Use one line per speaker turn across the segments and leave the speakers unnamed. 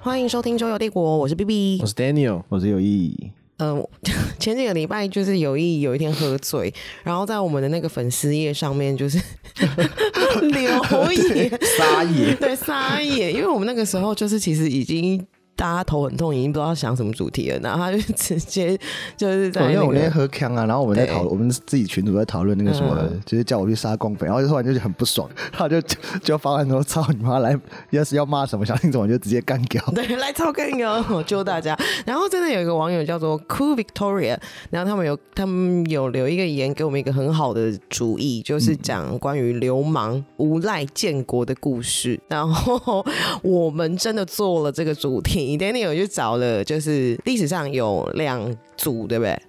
欢迎收听《周游帝国》，我是 B B
我。是 Daniel，
我是有意义，
嗯、我 前几个礼拜就是有一有一天喝醉，然后在我们的那个粉丝页上面就是 留言，
撒野，
对撒野，因为我们那个时候就是其实已经。大家头很痛，已经不知道想什么主题了，然后他就直接就是在
哦因为
那
我那天
个
喝康啊，然后我们在
对
讨论，我们自己群主在讨论那个什么，
嗯
就是叫我去杀共匪，然后就突然就很不爽，然后就就就发完说操你妈来，要是要骂什么小林总，我就直接干掉。
对，来超更友，我救大家。然后真的有一个网友叫做 Cool Victoria，然后他们有他们有留一个言给我们一个很好的主意，就是
嗯
讲关于流氓无赖建国的故事。然后我们真的做了这个主题，Daniel 就找了，就是历史上有两组，对不对？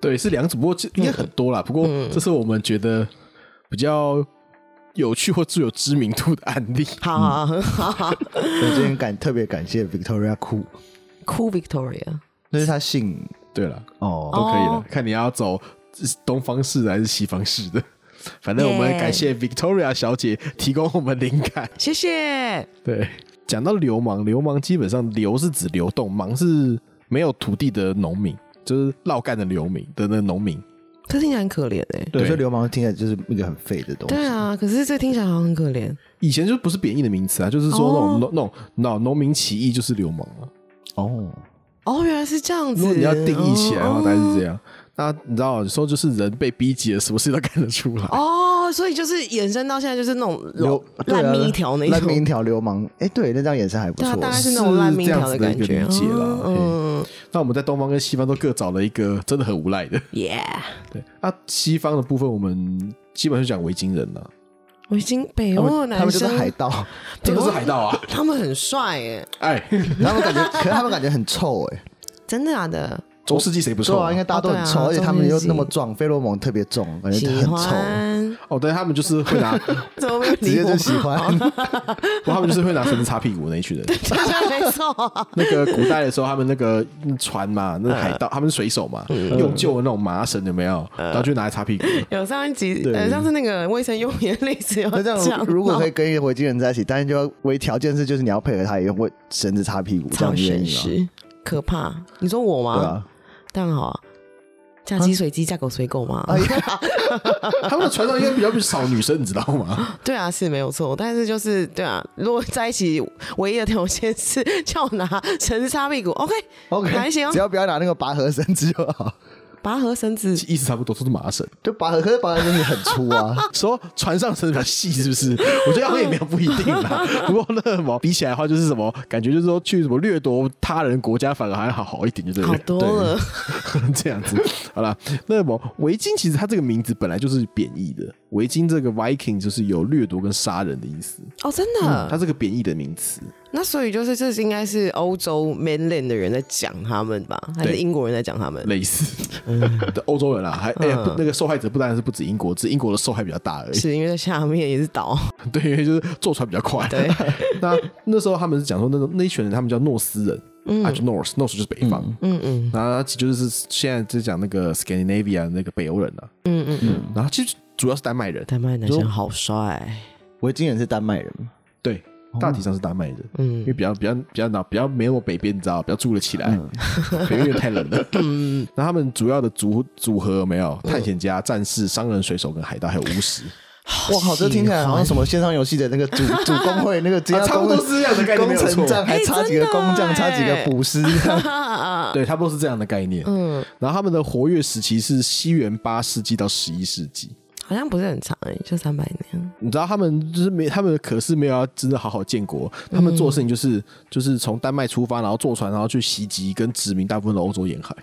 对，是两组，不过这应该很多啦。不过
嗯
这是我们觉得比较有趣或最有知名度的案例。
好好好，
嗯
很好好。
我今天感特别感谢 Victoria Cool，
Cool Victoria，
那是他姓
对了，
哦，
都可以了，
哦
看你要走东方式的还是西方式的。 反正我们
Yeah
感谢 Victoria 小姐提供我们灵 感。
谢谢。
对，讲到流氓，流氓基本上流是指流动，氓是没有土地的农民，就是绕干的流民的那农民。
这听起来很可怜哎、
对，
对
所以流氓听起来就是一个很废
哦
的东西。
对啊，可是这听起来好像很可怜。
以前就不是贬义的名词啊，就是说那
哦
种、那种那种农民起义就是流氓啊。
哦，
哦，原来是这样子。
如果你要定义起来的话，
哦
大概是这样。那你知道，有时候就是人被逼急了，什么事都干得出来。
哦，所以就是衍生到现在就是那种
流对啊
烂命一条那
烂命一
种，
条流氓，哎，对，那张眼神还不
对啊，
错，
大概是那种烂命一条感
是这
觉。
样子的一个理解啦
嗯
那我们在东方跟西方都各找了一个真的很无赖的。
，Yeah，
对，那西方的部分我们基本上就讲维京人了、
我已经北
他
欧
们
的
他
男
们就是海
生，
盗，
这个是海盗 啊！
他们很帅哎，
哎，
然后他们感觉，可是他们感觉很臭哎，
真的假的？
中世纪谁不
对
臭
啊，应该大家都很臭，
哦对啊
而且他们又
中世纪
那么壮，费洛蒙特别重，感觉
喜
哎很臭，
欢？
哦，对，他们就是会 拿，不
怎么没有
直
理
接
我
就？喜欢。
过他们就是会拿绳子擦屁股那一群人。
没错，
那个古代的时候，他们那个船嘛，那海
嗯
盗，他们是水手嘛，用旧的那种麻绳有没有？然后就拿来擦屁股。
有上一集，
对
呃，上次那个卫生用品的例子有
那这
讲
样，，如果可
以，
以跟一个维京人在一起，但是就要唯条件是，就是你要配合他，也用过绳子擦屁股，这
超
样你
现
愿意吗？
实，可怕。你说我
啊对
吗？
啊，
当然好啊，嫁鸡随鸡，嫁狗随狗嘛。
哎呀，
他们的船上应该比较少女生，你知道吗？
对啊，是没有错，但是就是对啊，如果在一起，唯一的条件是叫我拿 绳子擦屁股，OK
，OK，
还行
只要不要拿那个拔河绳子就好。
拔河绳子，
意思差不多，都是麻绳。
就拔河，可是拔河绳子很粗啊，
说船上绳子比较细，是不是？我觉得好像也没有不一定 啦。不过那什么比起来的话，就是什么感觉，就是说去什么掠夺他人国家反而还好好一点，就对
好
了。
多了。
对 这样子，好啦，那什么维京其实它这个名字本来就是贬义的，维京这个 Viking 就是有掠夺跟杀人的意思，
哦，真的。
它是个贬义的名词。
那所以就是这应该是欧洲 mainland 的人在讲他们吧，还是
对
英国人在讲他们？
类似
嗯
的欧洲人啊，还哎呀、不那个受害者不但是不止英国，只是英国的受害比较大而已。
是因为在下面也是岛，
对，因为就是坐船比较快。
对，
那那时候他们是讲说那种那一群人，他们叫诺斯人，啊，就 Norse，Norse 就是北方，
嗯嗯
然后其实就是现在就讲那个 Scandinavia 那个北欧人啊，
嗯嗯嗯，
然后其实主要是丹麦人，
丹麦男生好帅，
维京人是丹麦人吗，
对，哦大体上是丹麦人。因
嗯
为比较比较比较哪比较没那么北边，你知道，比较住得起来，北边有点太冷了。 嗯，那他们主要的组组合有没有探险家、战士、商人、水手跟海盗，还有巫师。
哇靠，这听起来好像什么线上游戏的那个主主工会那个职业
啊差不
工
多是这样的概念没
工
有错
程战，还差几个工
哎
匠，
真的
差几个
哎
捕师， 这 样
对，差不多是这样的概念。嗯，然后他们的活跃时期是西元八世纪到十一世纪。
好像不是很长哎，就三百年，
你知道他们就是没，他们可是没有要真的好好建国，
嗯
他们做的事情就是、就是从丹麦出发，然后坐船，然后去袭击跟殖民大部分的欧洲沿海。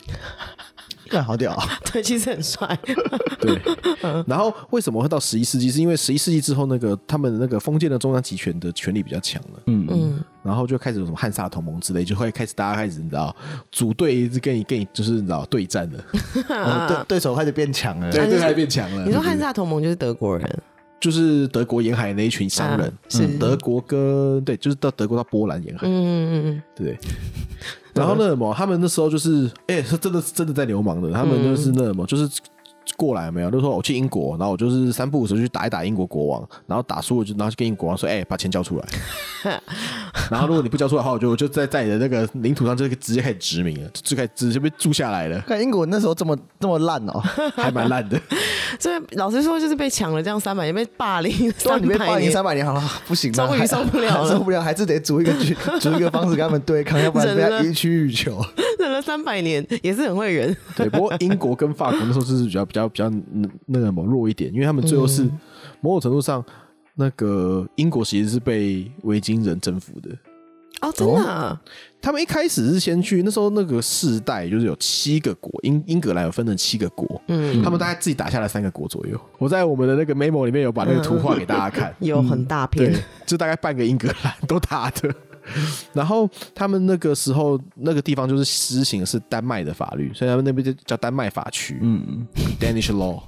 干好屌啊！
对，其实很帅，
对，
嗯
然后为什么会到十一世纪？是因为十一世纪之后，那个他们那个封建的中央集权的权力比较强了，嗯嗯，然后就开始有什么汉萨同盟之类，就会开始大家开始你知道组队一直跟你跟你就是你知道对战了，
嗯
哦对对手开始变强了，
对对，还变强了。
啊你说汉萨同盟就是德国人，
就是德国沿海那一群商人，
啊是
嗯德国跟对，就是到德国到波兰沿海，
嗯嗯嗯
对。然后那什么，他们那时候就是，哎、是真的是真的在流氓的，他们就是那什么，就是过来有没有？就说我去英国，然后我就是三不五时去打一打英国国王，然后打输了就然后就跟英国国王说，哎、把钱交出来。然后如果你不交出来的话，我就我就在在你的那个领土上就直接开始殖民了，就开始直接被住下来了，
看英国那时候这么这么烂 哦，
还蛮烂的。
所以老实说，就是被抢了这样三百年，被霸凌
对啊，
三
你被霸
百
凌
年，
三百年好了，不行了，
终于受不了了
还 受不了，还是得组一个局，组一个方式跟他们对抗，要不然被
忍
他
了
予取予 求。
忍了三百年，也是很会忍。
对，不过英国跟法国那时候就是比较比较比较嗯那个什么弱一点，因为他们最后是某种程度上，那个英国其实是被维京人征服的。
哦，真的、啊
他们一开始是先去那时候那个世代就是有七个国，英英格兰有分成七个国，
嗯，
他们大概自己打下来三个国左右。我在我们的那个 memo 里面有把那个图画给大家 看，
有很大嗯片
对，就大概半个英格兰都打的。 然后他们那个时候那个地方就是施行的是丹麦的法律，所以他们那边就叫丹麦法区，嗯，Danish law，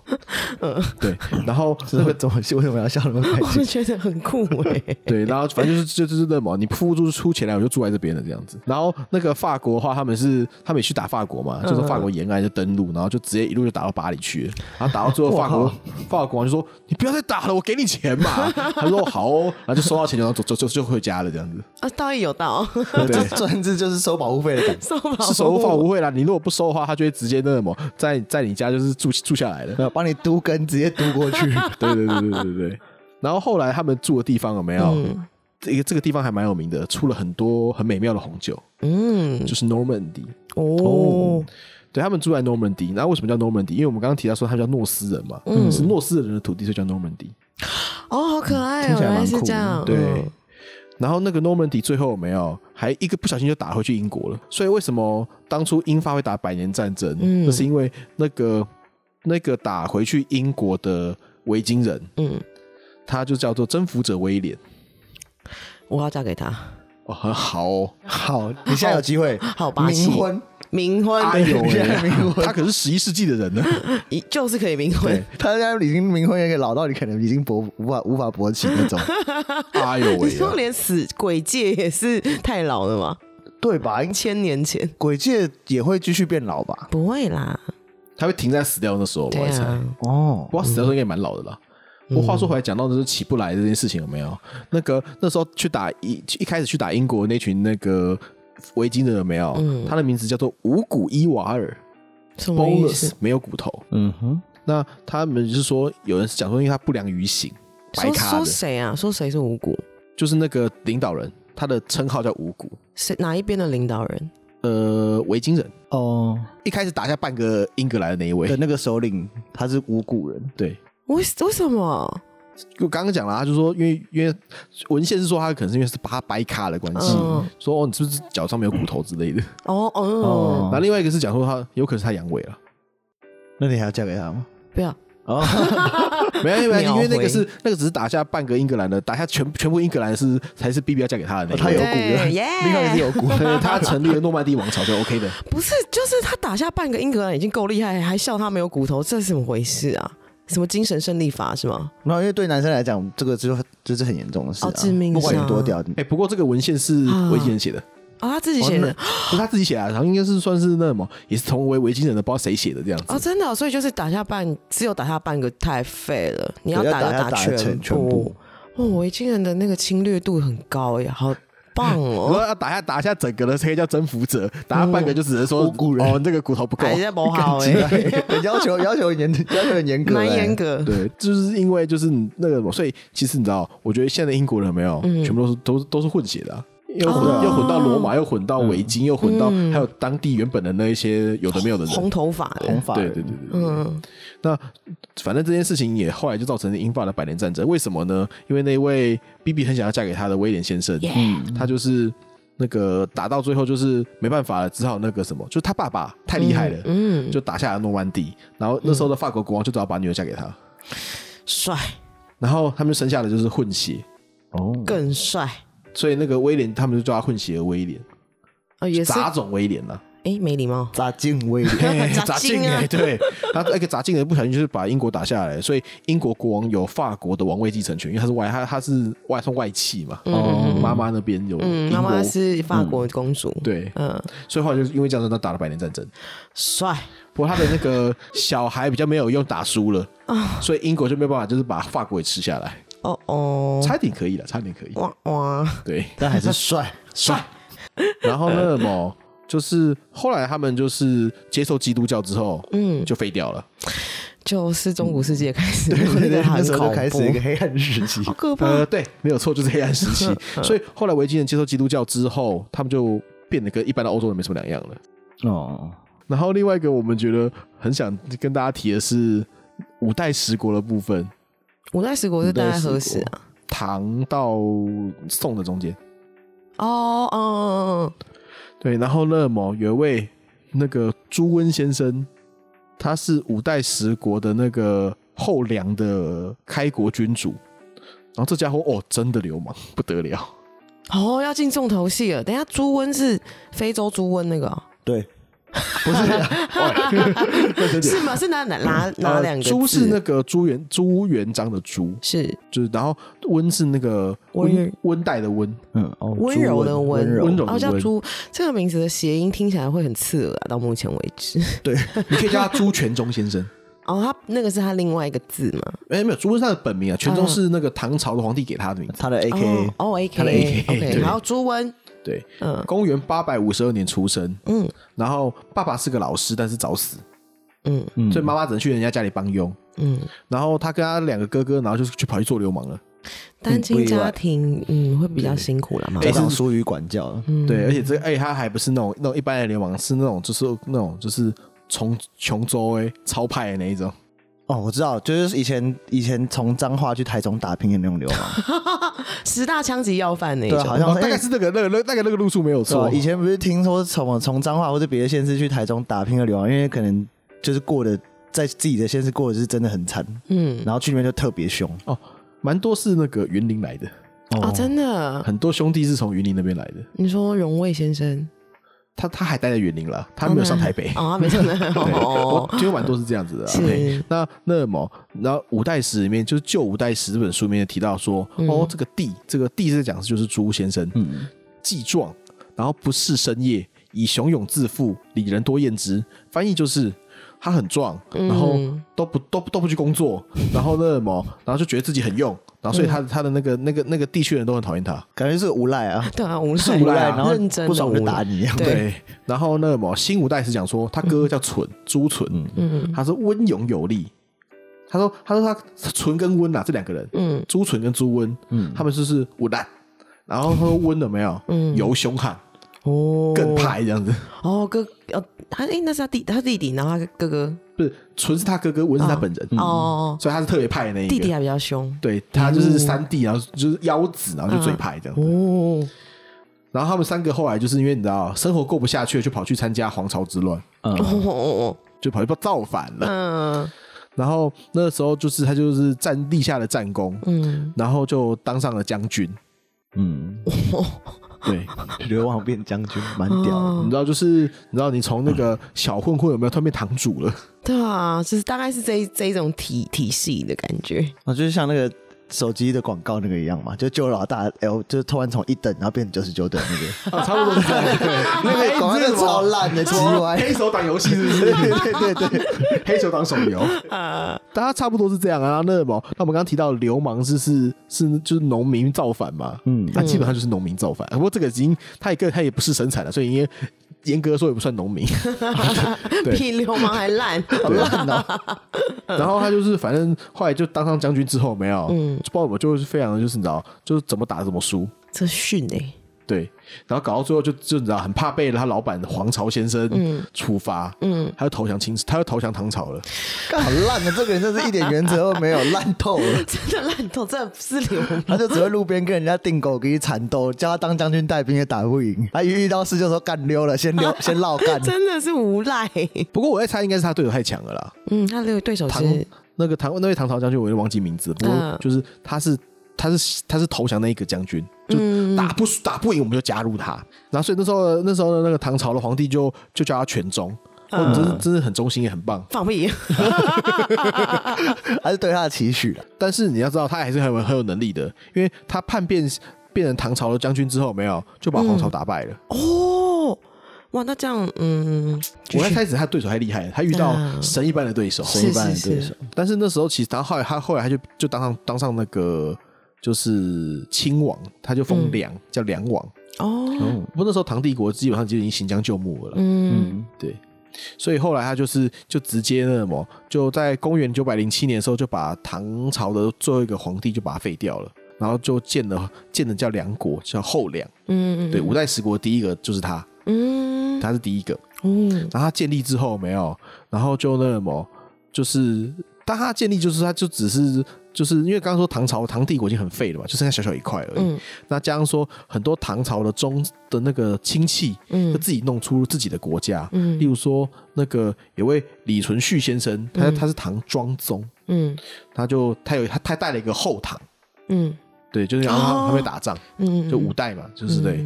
对，
嗯
然后
这个怎么为什么要笑那么开
我
心？
就觉得很酷哎、
对，然后反正就是就就是那么，你付出出钱来，我就住在这边的这样子。然后那个法国的话，他们是他们也去打法国嘛，就是法国沿岸就登陆，然后就直接一路就打到巴黎去了。然后打到最后，法国法国国王就说：“你不要再打了，我给你钱嘛。” 他说：“好哦。”然后就收到钱，然后走走就就回家了这样子。
啊，道义有道，
对，
专制就是收保护费的感 觉。
受不了。
是收法无会啦。你如果不收的话，他就会直接那什么，在在你家就是住住下来了。
没有帮你都根，直接都过 去。
对对对对对对对。然后后来他们住的地方有没有？这个这个地方还蛮有名的，出了很多很美妙的红酒。
嗯，
就是 Normandy。
哦，
对他们住在 Normandy，那为什么叫 Normandy？因为我们刚刚提到说他们叫诺斯人嘛，
嗯
是诺斯人的土地，所以叫 Normandy。
哦，好可爱
听
哦，
起来
原来
蛮酷
是
的
这样，
对，
嗯
然后那个 Normandy 最后有没有还一个不小心就打回去英国了，所以为什么当初英法会打百年战争？
嗯
那是因为那个那个打回去英国的维京人，
嗯，
他就叫做征服者威廉。
我要嫁给他，
哦，很好哦，
好，你现在有机会，
好霸气
冥婚，
冥婚，
哎呦 喂、
现在冥婚
他可是十一世纪的人呢。
一就是可以冥婚
对，
他现在已经冥婚，也可以老到你可能已经勃无法无法勃起 那种，
哎呦
你
喂、
说
啊！
连死鬼界也是太老了嘛？
对吧？
千年前
鬼界也会继续变老吧？
不会啦，
他会停在死掉那时候，我
对
猜。
啊，嗯
哦，
不过死的时候应该也蛮老的啦。不过话说回来，讲到的是起不来这件事情有没有？那个那时候去打一一开始去打英国那群那个维京人有没有？
嗯
他的名字叫做五骨伊瓦尔
什么意思
（Boneless），？没有骨头。
嗯哼，
那他们是说有人是讲说，因为他不良于行，白
说
咖
说
的，
谁啊？说谁是无辜？
就是那个领导人，他的称号叫五骨，
谁哪一边的领导人？
呃，维京人。
哦，
一开始打下半个英格兰的那一位
对，，那个首领他是无骨人，
对，
为为什么？
就刚刚讲了，他啊就说，因为因为文献是说他可能是因为是把他掰卡的关系，
嗯
说哦你是不是脚上没有骨头之类的。
哦哦，
然后另外一个是讲说他有可能是他阳痿了，
那你还要嫁给他吗？
不要，
哦，
没有没有，
秒
因
回
为那个是那个只是打下半个英格兰的，打下全全部英格兰是才是 B B 要嫁给他的那个。
他有骨的，
对耶
另外一个是有骨
对他成立了诺曼底王朝就 OK 的，
不是，就是他打下半个英格兰已经够厉害，还笑他没有骨头，这是怎么回事啊？什么精神胜利法是吗？
然后因为对男生来讲，这个就这是很严重的事啊
哦，致命
不管
伤
你多 屌，
哎，不过这个文献是维京人写的，
啊、他自己写的
哦那不是他自己写的啊，然后应该是算是那什么，也是同为维京人的，不知道谁写的这样子。
哦，真的哦、所以就是打下半，只有打下半个太废了，你要
对要
就
打要
打
打
全
全全部
哦，维京人的那个侵略度很高耶，好棒
如 果
哦！
要打下打下整个的，才叫征服者，打下半个就只能说
无辜人
哦，那个骨头不够
还。在不好哎，
对，要求要求很严要求很严格，啊
蛮严。格。
对，就是因为就是你那个什么，所以其实你知道，我觉得现在的英国人有没有，全部都是都是都是混血的、啊。又混、
嗯哦嗯
又混到罗马，又混到维京，又混到、还有当地原本的那一些有的没有的人。
红头发欸的，
红发
对
人
对对对对。
嗯，
那反正这件事情也后来就造成了英法的百年战争。为什么呢？因为那位 B B 很想要嫁给他的威廉先生
Yeah
他就是那个打到最后就是没办法了，只好那个什么，就是他爸爸太厉害了，
嗯，
就打下了诺曼底。然后那时候的法国国王就只好把女儿嫁给他。
帅，
然后他们生下的就是混血，
哦，
更帅
所以那个威廉他们就叫他混血儿威廉，
啊，也是
杂种威廉呐、啊。
哎，没礼 貌。
砸进威 廉，
哎
砸
砸
进
进
啊
哎，对，他那个砸进了，不小心就是把英国打下来，所以英国国王有法国的王位继承权，因为他是外，他他是外算外戚嘛，哦，妈妈那边有英
嗯，
国
妈妈是法国公主，
对，
嗯，
所以后来就是因为这样子，他打了百年战争。
帅，
不过他的那个小孩比较没有用，打输了，所以英国就没有办法，就是把法国也吃下来，
哦哦，
差一点可以了，差一点可以，
哇哇，
对，
但还是帅。
帅。然后 那么就是后来他们就是接受基督教之后，嗯，就废掉了。
就是中古世界开始，
对
那
对，
个
那
很
时候就
恐
开始一个
怖，
黑暗 时期
好。可怕。
呃，对，没有错，就是黑暗时 期。
嗯
所以后来维京人接受基督教之后，他们就变得跟一般的欧洲人没什么两样了。
哦，
然后另外一个我们觉得很想跟大家提的是五代十国的部分，
五代十国是大概何时啊？
唐到宋的中间。
哦哦哦，哦
对，然后那么有一位那个朱温先生，他是五代十国的那个后梁的开国君主。然后这家伙哦，真的流氓不得了。
哦，哦要进重头戏了。等一下，朱温是非洲朱温那个哦
对，啊
不是，
是吗？是哪哪哪哪
呃
两个字？
朱是那个朱元朱元璋的朱，
是
就是然后温是那个
温
温温带的温，
嗯，哦，
温柔的
朱
温，
温
温柔的
哦，叫
温
朱这个名字的谐音听起来会很刺耳啊。到目前为止，
对，你可以叫他朱全忠先生。
哦，他那个是他另外一个字嘛？
哎，没有，朱温是他的本名啊，
嗯
全忠是那个唐朝的皇帝给他的名字。
他的 A K
哦哦，A
他的
K
AK
OK，
对
还有朱温，
对，
嗯
公元八百五十二年出生，
嗯
然后爸爸是个老师，但是早死，
嗯
所以妈妈只能去人家家里帮佣。
嗯，
然后他跟他两个哥哥，然后就是去跑去做流氓了。
单亲
不意外
家庭嗯会比较辛苦了嘛。
家长疏于管教，
嗯
对，而且这个哎，他还不是那种那种一般的流氓，是那种就是那种就是从琼州哎超派的那一种。
哦，我知道，就是以前以前从彰化去台中打拼的那种流氓，
十大枪击要犯那一
对
种，
啊，好像
哦大
哎
概是那个那个那那个那个路数没有
是吧
错？。
啊
以前不是听说什么从彰化或者别的县市去台中打拼的流氓，因为可能就是过的在自己的县市过的是真的很惨，
嗯
然后去那边就特别凶。
哦，蛮多是那个云林来的，
哦，真的，
很多兄弟是从云林那边来的。
你说荣卫先生，
他他还待在云林了，他没有上台北。
哦，他没上台北，
对，
哦
我，觉得蛮多是这样子的、啊。
是
对，那那么，然后五代史里面，就是旧五代史这本书里面提到说，
嗯
哦，这个帝，这个帝是讲的就是朱先生，嗯，既壮，然后不事深夜，以雄勇自负，礼人多厌之。翻译就是他很壮，
嗯
然后都不都都不去工作，然后那么，然后就觉得自己很用，然后所以他、他的那个那个那个地区人都很讨厌他。
感觉是无赖啊，
对啊，无
是
赖，
无赖啊
然后
认真的
不爽就
无赖
打你一啊样。
对
对，然后那么新五代是讲说他哥叫蠢，朱蠢，他说温勇有力。他说：“他说他纯跟温啊，这两个人，嗯，朱纯跟朱温，嗯，他们就是武蛋。然后他说温了没有？嗯，由凶悍，
哦，
更派这样子。
哦哥，哦他哎那是他弟他弟弟，然后他哥哥
不是纯是他哥哥，温是他本人，
哦，
所以他是特别派的那一个。
弟弟还比较凶
对他就是三弟，然后就是腰子，然后就最派这样子。
哦，
然后他们三个后来就是因为你知道生活过不下去了，就跑去参加黄巢之乱，
嗯，
哦
就跑去造反了。
嗯
然后那时候就是他就是战立下了战功，
嗯，
然后就当上了将军。
嗯，
对，
流氓变将军，蛮屌
哦
的。
嗯
你知道就是你知道你从那个小混混有没有突然变堂主 了？
对啊，就是大概是这一这一种体体系的感觉，
啊，就是像那个手机的广告那个一样嘛，就救老大 L，就是突然从一等然后变九十九等那个，
啊，差不多是这样。
那个广告真的超烂
哎
的，鸡歪。
黑手党游戏是不是？ 对对对对，黑手党手 游，
啊
大家差不多是这样啊。那么，那我们刚刚提到流氓是是是就是农民造反嘛，嗯，那基本上就是农民造反。
嗯
不过这个已经他一个他也不是生产了，所以应该严格说也不算农 民。对
比流氓还烂，
好烂哦！
然后他就是反正后来就当上将军之后没有，嗯，就鲍勃就是非常的就是你知道，就是怎么打怎么输，
这训哎，
对，然后搞到最后就就你知道很怕被他老板黄巢先生处罚，嗯，他就投降清，他就投降唐朝了，
干好烂的，这个人真是一点原则都没有，烂透了。
真的烂透，真的不是流氓。
他就只会路边跟人家订狗给你缠斗，叫他当将军带兵也打不赢。他一遇到事就说干溜了，先 溜先绕干。
真的是无 赖，
不过我在猜应该是他对手太强了啦。
嗯，他的对手
唐
是
那个唐那位唐朝将军我有点忘记名字，不过
嗯
就是他是他是他是投降那一个将军，就
嗯
打不打不赢我们就加入他。然后所以那时候那时候的那个唐朝的皇帝就就叫他全忠，
嗯
哦，你真是真是很忠心也很棒。
放屁！
还是对他的期许了。
但是你要知道，他还是很有很有能力的，因为他叛变变成唐朝的将军之后，有没有就把皇朝
嗯
打败了。
哦，哇，那这样，嗯，继
我一
续
开始他对手太厉害了，他遇到神一般的对手，
啊是
一般的对
是
手
是，
但是那时候其实他后来他后来他就就当上当上那个就是亲王，他就封梁、
嗯
叫梁王。
哦，
不过那时候唐帝国基本上就已经行将就木了啦，
嗯，
嗯，
对。所以后来他就是就直接那什么，就在公元九百零七年的时候，就把唐朝的最后一个皇帝就把他废掉了，然后就建了建了叫梁国，叫后梁。
嗯，
对，五代十国第一个就是他，
嗯，
他是第一个。
嗯，
然后他建立之后没有，然后就那什么，就是当他建立，就是他就只是就是因为刚刚说唐朝唐帝国已经很废了嘛，就剩下小小一块而已。
嗯
那加上说很多唐朝的宗的那个亲戚，就自己弄出自己的国家。
嗯
例如说那个有位李存勖先生，他、
嗯
他是唐庄宗，
嗯，
他就他有他他带了一个后唐，
嗯，
对，就是然后他
哦
们他们会打仗，
嗯，
就五代嘛，就是对。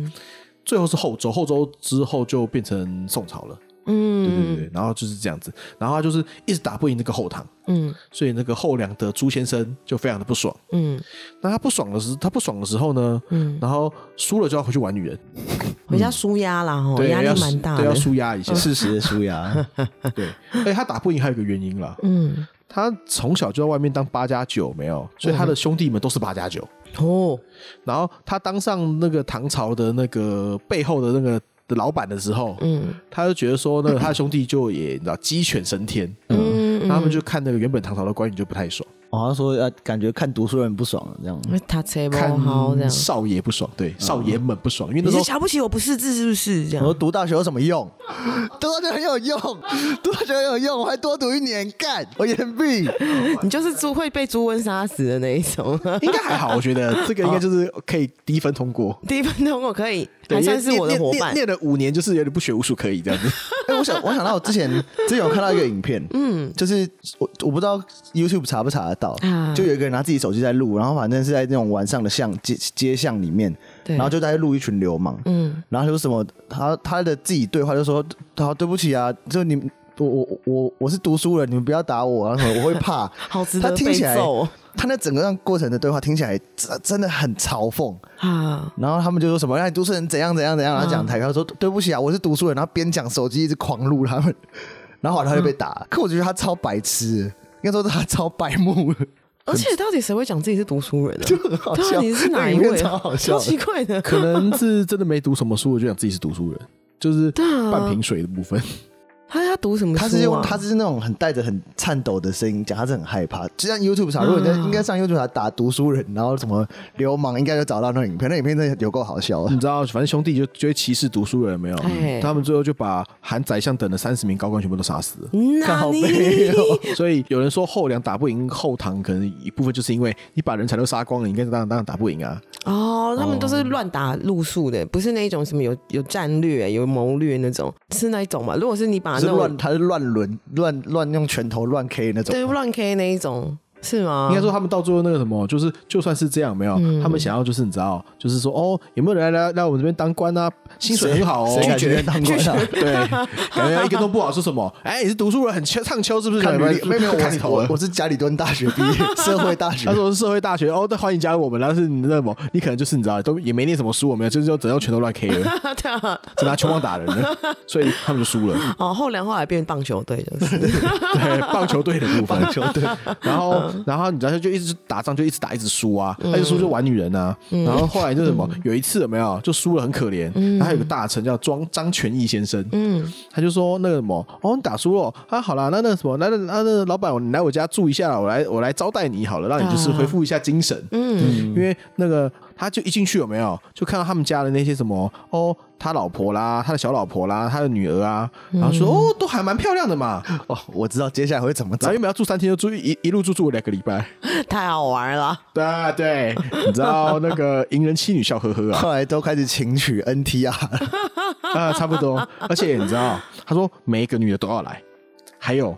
最后是后周，后周之后就变成宋朝了。对对
嗯，
对，然后就是这样子，然后他就是一直打不赢那个后唐，
嗯，
所以那个后梁的朱先生就非常的不爽。
嗯，
那他不爽的时，他不爽的时候呢，
嗯，
然后输了就要回去玩女人，
回家舒压啦，吼，
对，
哦压
要
力蛮大
对，
的
要，舒压一 下。
适时的舒压，
对，而且他打不赢还有一个原因啦，
嗯，
他从小就在外面当八加九，没有，所以
嗯
他的兄弟们都是八加九。
哦，
然后他当上那个唐朝的那个背后的那个的老板的时候，
嗯，
他就觉得说，那个他的兄弟就也你知道鸡犬升天，
嗯，
他们就看那个原本唐朝的官员就不太爽。
我好像说呃，感觉看读书人不爽这样。
他车不
看
好这样，嗯
少爷不爽，对，少爷们不爽，因为那
你
时
是
候
瞧不起我不识字是不是？这
我说
样，
读大学有什么用？读大学很有用，读大学很有用，我还多读一年干，我眼闭。
你就是猪会被猪瘟杀死的那一种。
应该还好，我觉得这个应该就是可以低分通 过。
第一分钟我可以，
对
还算是我的
因
伙伴
为念念念。念了五年，就是有点不学无术，可以这样 子。
哎、我想我想到我之前 之前有看到一个影片，嗯，就是我我不知道 YouTube 查不查得到，
啊
就有一个人拿自己手机在录，然后反正是在那种晚上的巷街街巷里面，
对
然后就在录一群流氓，
嗯，
然后就什么他他的自己对话就说，他对不起啊，就你我我我我是读书人，你们不要打我啊什么，我会怕，
好值
他
得
听
被
起来
揍哦
他那整个让过程的对话听起来真真的很嘲讽，
啊！
然后他们就说什么，哎，读书人怎样怎样怎样，然后讲台语，他说对不起啊，我是读书人，然后边讲手机一直狂录他们， 然后后来他就被打。可我觉得他超白痴，应该说他超白目，
而且到底谁会讲自己是读书人呢？啊
就很好
到
笑。
底是哪
那
一
影片
位啊？
超好笑
超奇怪的。
可能是真的没读什么书，我就想自己是读书人，就是
对啊
半瓶水的部分。
他他读什么书
他
啊？
是用他是那种很带着很颤抖的声音讲，他是很害怕。就像 YouTube 查，如果你在应该上 YouTube 查打读书人，然后什么流氓，应该就找到那个影片。那影片真的有够好笑啊！
你知道，反正兄弟就就会歧视读书人，没有嗯
哎？
他们最后就把韩宰相等的三十名高官全部都杀死了。
那
靠
你
背哦
所以有人说后梁打不赢后唐，可能一部分就是因为你把人才都杀光了，你应该当然当然打不赢啊。
哦，他们都是乱打路数的，不是那一种什么有有战略、有谋略那种，是那一种嘛？如果是你把那
是乱，
种
他是乱抡、乱乱用拳头乱 K 那种。
对乱 K 那一种是
啊
吗？
应该说他们到最后那个什么，就是就算是这样，没有，
嗯
他们想要就是你知道，就是说哦，有没有人来来来我们这边当官啊？薪水很好哦，
谁敢
拒
去
绝
当官啊？
对，感觉一个都不好是什么？哎，你是读书人，很秋唱秋是不是？
看啊履历，没有没有，
看你
我
头
我
了
我。是加里敦大学毕业，社会大学
他。说是社会大学哦，那欢迎加入我们。但是你那什么，你可能就是你知道，都也没念什么书，我没有，就是说整个全都乱 K 了，
对啊，
只拿球棒打人了，所以他们就输了。
哦，后梁后来变棒球队 就是，
对，棒球队的部分，棒球队。然后，然后你知道，就一直打仗，就一直打，一直输啊，一直输就玩女人啊。然后后来就什么，有一次有没有就输了很可怜。然后还有个大臣叫庄张全义先生，
嗯，
他就说那个什么，哦，你打输了啊，好啦，那那什么，那那那那老板，你来我家住一下啦，我来我来招待你好了，让你就是恢复一下精神。
嗯
因为那个他就一进去有没有，就看到他们家的那些什么哦，他老婆啦，他的小老婆啦，他的女儿啊，然后说、哦，都还蛮漂亮的嘛。
哦，我知道接下来会怎么
然
走
后。原本要住三天，就住一一路住住了两个礼拜。
太好玩了。
对啊对，你知道那个淫人妻女笑呵呵 啊，
后来都开始请取 NTR，
啊差不多。而且你知道，他说每一个女的都要来，还有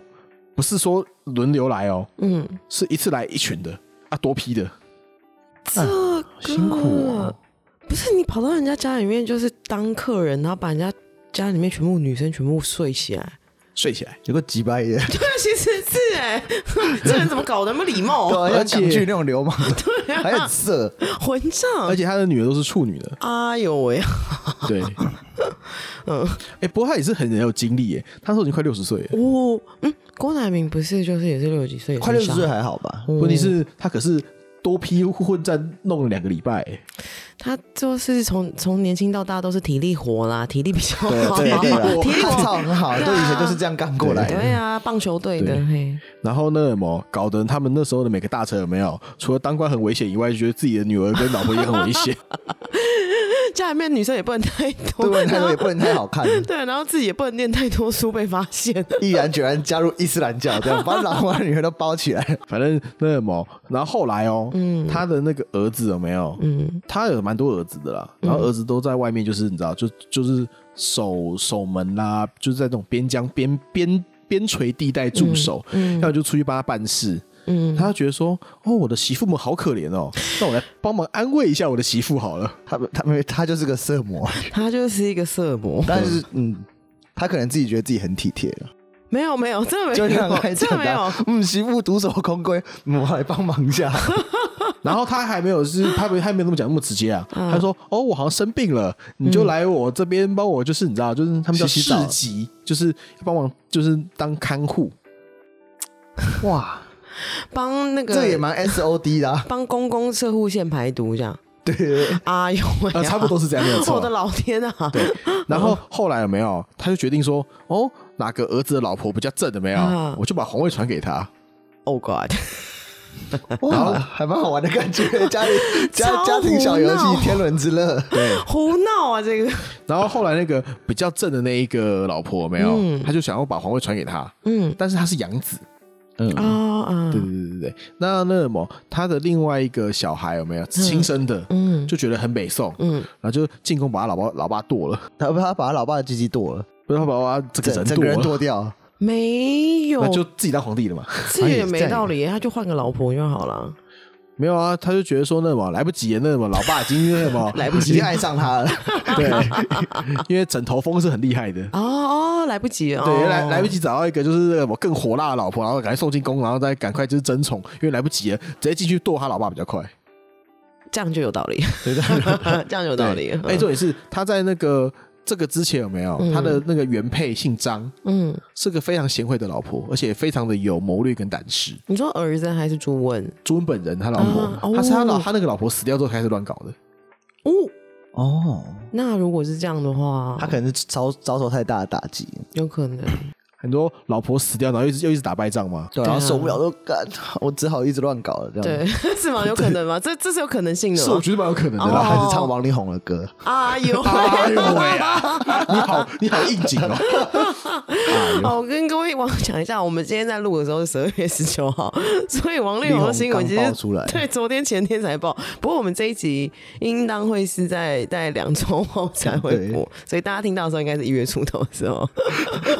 不是说轮流来哦，
嗯，
是一次来一群的啊，多批的。
这个
辛苦啊！
不是你跑到人家家里面就是当客人，然后把人家家里面全部女生全部睡起来。
睡起来。
有个几百耶，
对啊，其实是哎、 这人怎么搞的那么礼貌、
对
啊？
啊，
而
要
且
港剧那种流氓的，
对
还
啊
很，色，
混
而
账！
且他的女儿都是处女的，
哎呦喂，
对，嗯，哎，不过他也是很很有精力耶，他说已经快六十岁了，
哦，嗯，郭台铭不是就是也是六十几岁，也是
快六十
小
岁
孩，
还好吧？
问题是他可是多批混战弄了两个礼拜耶，
他就是从从年轻到大都是体力活啦，体力比较好，
对啊对对 对，
体力
跳
活，
操很好，
对啊
都以前就是这样干过来的。
对啊，棒球队的
对
嘿，
然后那什么搞得他们那时候的每个大臣有没有，除了当官很危险以外，就觉得自己的女儿跟老婆也很危 险，
家里面女生也不能太多，
对，不能太
然
多，
后
也不 能太好看，
对，然后自己也不能念太多书被发现。
毅然决然加入伊斯兰教， 这样把老婆女儿都包起来。
反正那什么，然后后来哦，他的那个儿子有没有？
嗯，
他有蛮多儿子的啦，然后儿子都在外面，就是你知道，就就是守守门啦、就是在那种边疆边边边陲地带驻守，
嗯
要么就出去帮他办事。
嗯
他觉得说，哦，我的媳妇们好可怜哦，那我来帮忙安慰一下我的媳妇好了。
他他没有他就是个色魔，
他就是一个色魔，
但是嗯，他可能自己觉得自己很体贴了，
没有没有，这没
就
有
像 刚才，
这
讲
没
的
有
啊，，嗯，媳妇独守空闺，嗯我来帮忙一 下。
然后他还没有是，他没他没有那么讲那么直接啊，
嗯
他说，哦，我好像生病了，你就来我这边帮我，就是你知道，就是他们叫
洗
市
洗澡
集，就是帮忙，就是当看护。
哇，
帮那个
这也蛮 S O D 的啊，
帮公公射护腺排毒这样。
对对，对
哎呦喂啊、
呃，差不多是这样，没有错。
我的老天啊！
对，然后后来有没有，他就决定说，哦，哪个儿子的老婆比较正的没有，
啊
我就把皇位传给 他。
，Oh God，
哇，还蛮好玩的感 觉，家里家
超
家庭小游
胡
戏，
闹
天伦之乐。
对，
胡闹啊这个。
然后后来那个比较正的那一个老婆有没有，他就想要把皇位传给他，
嗯
但是他是养子，嗯。
啊啊
对，对对对对，那那什么，他的另外一个小孩有没有亲生的，
嗯
就觉得很美颂，
嗯，
然后就进宫把他老爸老爸剁了，
他把他把他老爸的鸡鸡剁了，
不是他把他整个
整
人
整
剁
个人
了，
剁掉，
没有
那，就自己当皇帝了嘛。
这也
哎
没
在
道理，他就换个老婆就好了。
没有啊，他就觉得说那什么来不及了，那什么老爸已经那什么
来不啊
已 经爱上他了。
对， 因为枕头风是很厉害的。
哦哦，来不及哦，
对，来来不及找到一个就是我更火辣的老婆，然后赶快送进宫，然后再赶快就是争宠，因为来不及了，直接进去剁他老爸比较快。
这样就有道理，
对 对对
这样有道理。嗯
哎，重点是他在那个这个之前有没有、他的那个原配姓张，
嗯，
是个非常贤惠的老婆，而且非常的有谋略跟胆识。
你说儿子还是朱温？
朱温本人他老婆，
啊哦
他是他老他那个老婆死掉之后开始乱搞的。
哦，
哦，
那如果是这样的话，
他可能是遭遭受太大的打击，
有可能，
很多老婆死掉，然后又一直又一直打败仗嘛，
对，啊然后受不了都干，我只好一直乱搞了这样。
对，， 是吗？有可能吗？这这是有可能性的
是我
吗？
觉得蛮有可能的
然后
啦。
开始唱王力宏的歌，
哎 呦，
哎呦喂啊！ 你好，你好应景哦。
哦，我跟各位网友讲一下，我们今天在录的时候是十二月十九号，所以王力宏的新闻其
力
实
宏刚爆出来
对，昨天前天才报。不过我们这一集应当会是在在两周后才会播，所以大家听到的时候应该是一月出头的时候。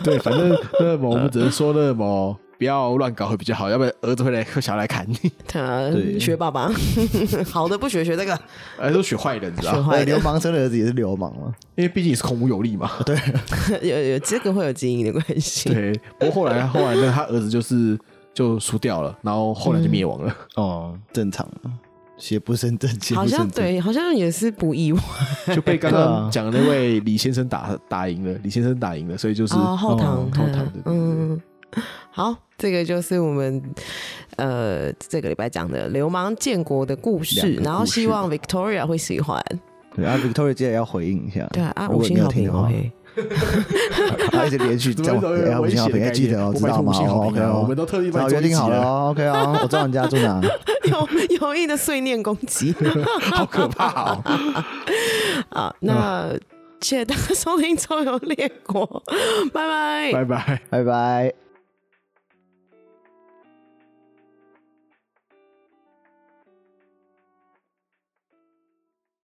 对，反正那么我们只能说那么不要乱搞会比较好，要不然儿子会来会想要来砍你，
他
对啊
学爸爸，好的不学，学这个
哎，都学坏人，你知
学
道？
坏
对，哎流
的，
氓生的儿子也是流氓嘛，
因为毕竟也是孔武有力嘛。对
有有这个会有基因的关系。
对，不过后来后来呢，他儿子就是就输掉了，然后后来就灭亡了。
哦，正常，邪不胜正，邪
好
不胜
像
正，
对，好像也是不意外
就被刚
对
刚
啊
讲的那位李先生打打赢了，李先生打赢了，所以就是
啊、哦，后堂、
嗯后堂对对对
嗯，好，这个就是我们呃这个礼拜讲的流氓建国的故事，
两个故事
然后希望 Victoria 会喜欢，
对啊，Victoria 记得要回应一下，
对啊，啊
如
五
果你
星
有
好
听
评
的话，
OK，
他一直连续
怎
在
么
我
有点
哎五
危
星
险
好
的
评，哎
概
记
念
得哦，
我
知
拜
道
托
吗
五星好评
哦？OK
啊
哦，
我们都特地帮
好
你做
约
一
定
集
好了
了，
哦，OK 哦，我知道你家住哪，
有有意的碎念攻击
好可怕哦！
啊，那谢谢大家收听《周游列国》，拜拜。
拜拜。
拜拜。